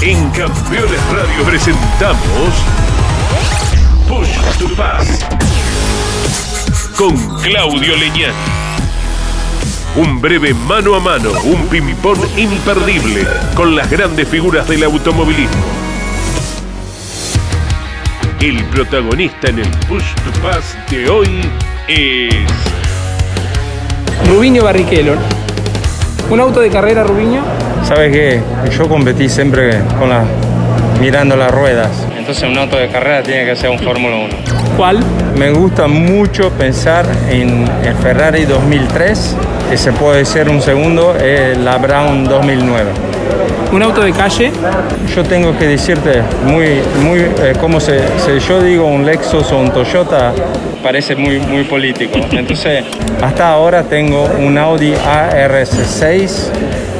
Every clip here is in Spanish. En Campeones Radio presentamos Push to Pass con Claudio Leñán. Un breve mano a mano, un ping-pong imperdible con las grandes figuras del automovilismo. El protagonista en el Push to Pass de hoy es. Rubinho Barrichello. Un auto de carrera Rubinho. Sabes que yo competí siempre con la, mirando las ruedas. Entonces un auto de carrera tiene que ser un Fórmula 1. ¿Cuál? Me gusta mucho pensar en el Ferrari 2003, que se puede ser un segundo, eh, la Brown 2009. Un auto de calle. Yo tengo que decirte, muy, muy, eh, como se, se- yo digo un Lexus o un Toyota, parece muy, muy político. Entonces, hasta ahora tengo un Audi ARS6,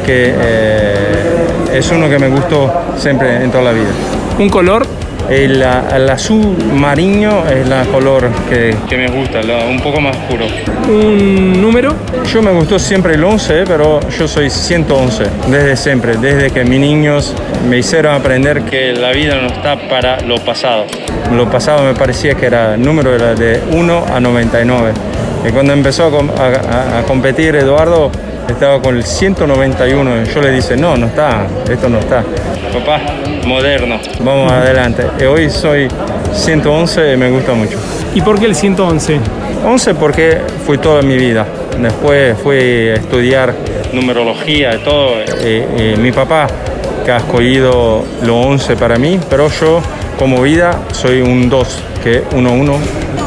que eh, es uno que me gustó siempre en toda la vida. Un color. El, a- el azul marino es la color que, que me gusta, la- un poco más oscuro. Un número. Yo me gustó siempre el 11, pero yo soy 111, desde siempre, desde que mis niños me hicieron aprender que la vida no está para lo pasado. Lo pasado me parecía que era el número era de 1 a 99. Y cuando empezó a com- a, a- a competir Eduardo, estaba con el 191. Yo le dije, no, no está, esto no está. Papá, moderno. Vamos adelante. Y hoy soy 111 y me gusta mucho. ¿Y por qué el 111? 11 porque fue toda mi vida. Después fui a estudiar numerología y todo. Eh, eh, mi papá que ha escogido los 11 para mí, pero yo como vida soy un 2, que 1-1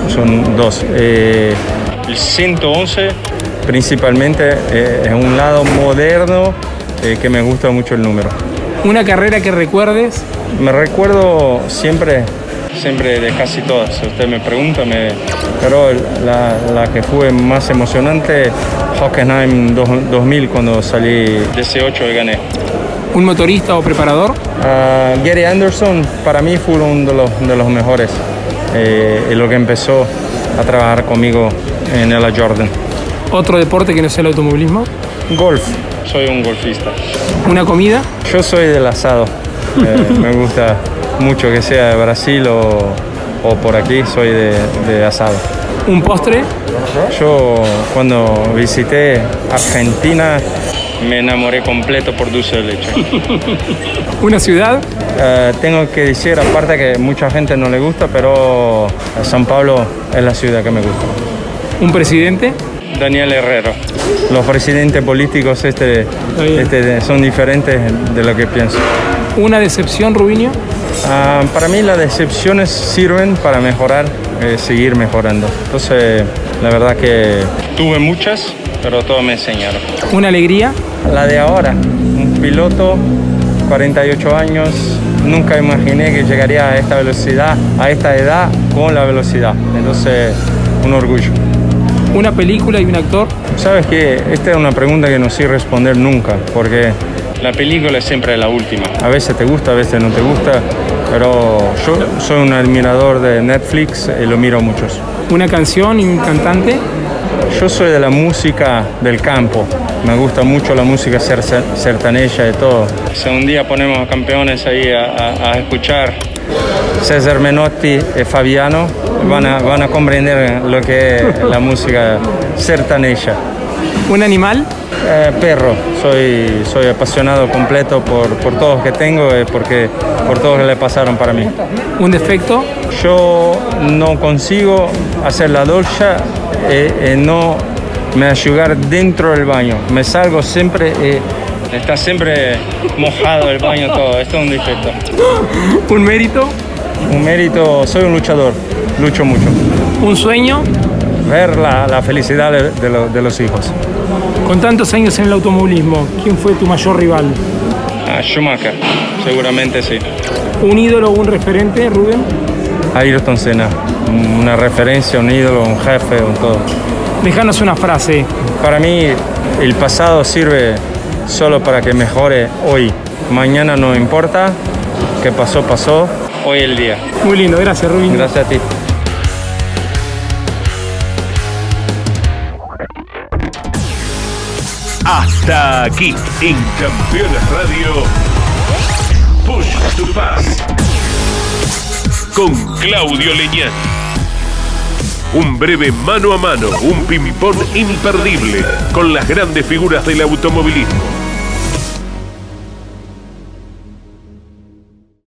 son 2. El 111 principalmente eh, es un lado moderno eh, que me gusta mucho el número. Una carrera que recuerdes. Me recuerdo siempre. Siempre de casi todas. Si usted me pregunta, me... pero la, la que fue más emocionante, Hockenheim dos- 2000, cuando salí 18 y gané. Un motorista o preparador. Ah, Gary Anderson para mí fue uno de los, de los mejores, eh, y lo que empezó a trabajar conmigo en la Jordan. Otro deporte que no sea el automovilismo. Golf. Soy un golfista. Una comida. Yo soy del asado. Eh, me gusta mucho que sea de Brasil o, o por aquí, soy de, de asado. Un postre. Yo cuando visité Argentina me enamoré completo por dulce de leche. Una ciudad. Eh, tengo que decir, aparte que mucha gente no le gusta, pero San Pablo es la ciudad que me gusta. Un presidente. Daniel Herrero. Los presidentes políticos este, bien. este, son diferentes de lo que pienso. Una decepción Rubinho. Ah, para mí las decepciones sirven para mejorar, eh, seguir mejorando. Entonces, la verdad que... Tuve muchas, pero todas me enseñaron. Una alegría. La de ahora, un piloto, 48 años, nunca imaginé que llegaría a esta velocidad, a esta edad, con la velocidad. Entonces, un orgullo. Una película y un actor. Sabes que esta es una pregunta que no sé responder nunca, porque... La película es siempre la última. A veces te gusta, a veces no te gusta, pero yo soy un admirador de Netflix y lo miro muchos. Una canción y un cantante. Yo soy de la música del campo. Me gusta mucho la música cer- cer- sertaneja y todo. Si un día ponemos a campeones ahí a, escuchar. César Menotti y Fabiano van a, van a comprender lo que es la música sertaneja. Un animal. Eh, perro, soy, soy apasionado completo por, por todos que tengo y porque, por todos que le pasaron para mí. Un defecto. Yo no consigo hacer la dolce eh, eh, no me ayudar dentro del baño. Me salgo siempre. eh, Está siempre mojado el baño todo. Esto es un defecto. Un mérito. Un mérito, soy un luchador. Lucho mucho. Un sueño. Ver la, la felicidad de- de lo- de los hijos. Con tantos años en el automovilismo, ¿quién fue tu mayor rival? Ah, Schumacher, seguramente sí. ¿Un ídolo o un referente, Rubén? Ayrton Senna, una referencia, un ídolo, un jefe, un todo. Dejanos una frase. Para mí el pasado sirve solo para que mejore hoy. Mañana no importa, que pasó, pasó. Hoy el día. Muy lindo, gracias, Rubén. Gracias a ti. Hasta está aquí en Campeones Radio. Push to Pass. Con Claudio Leñán. Un breve mano a mano, un ping-pong imperdible con las grandes figuras del automovilismo.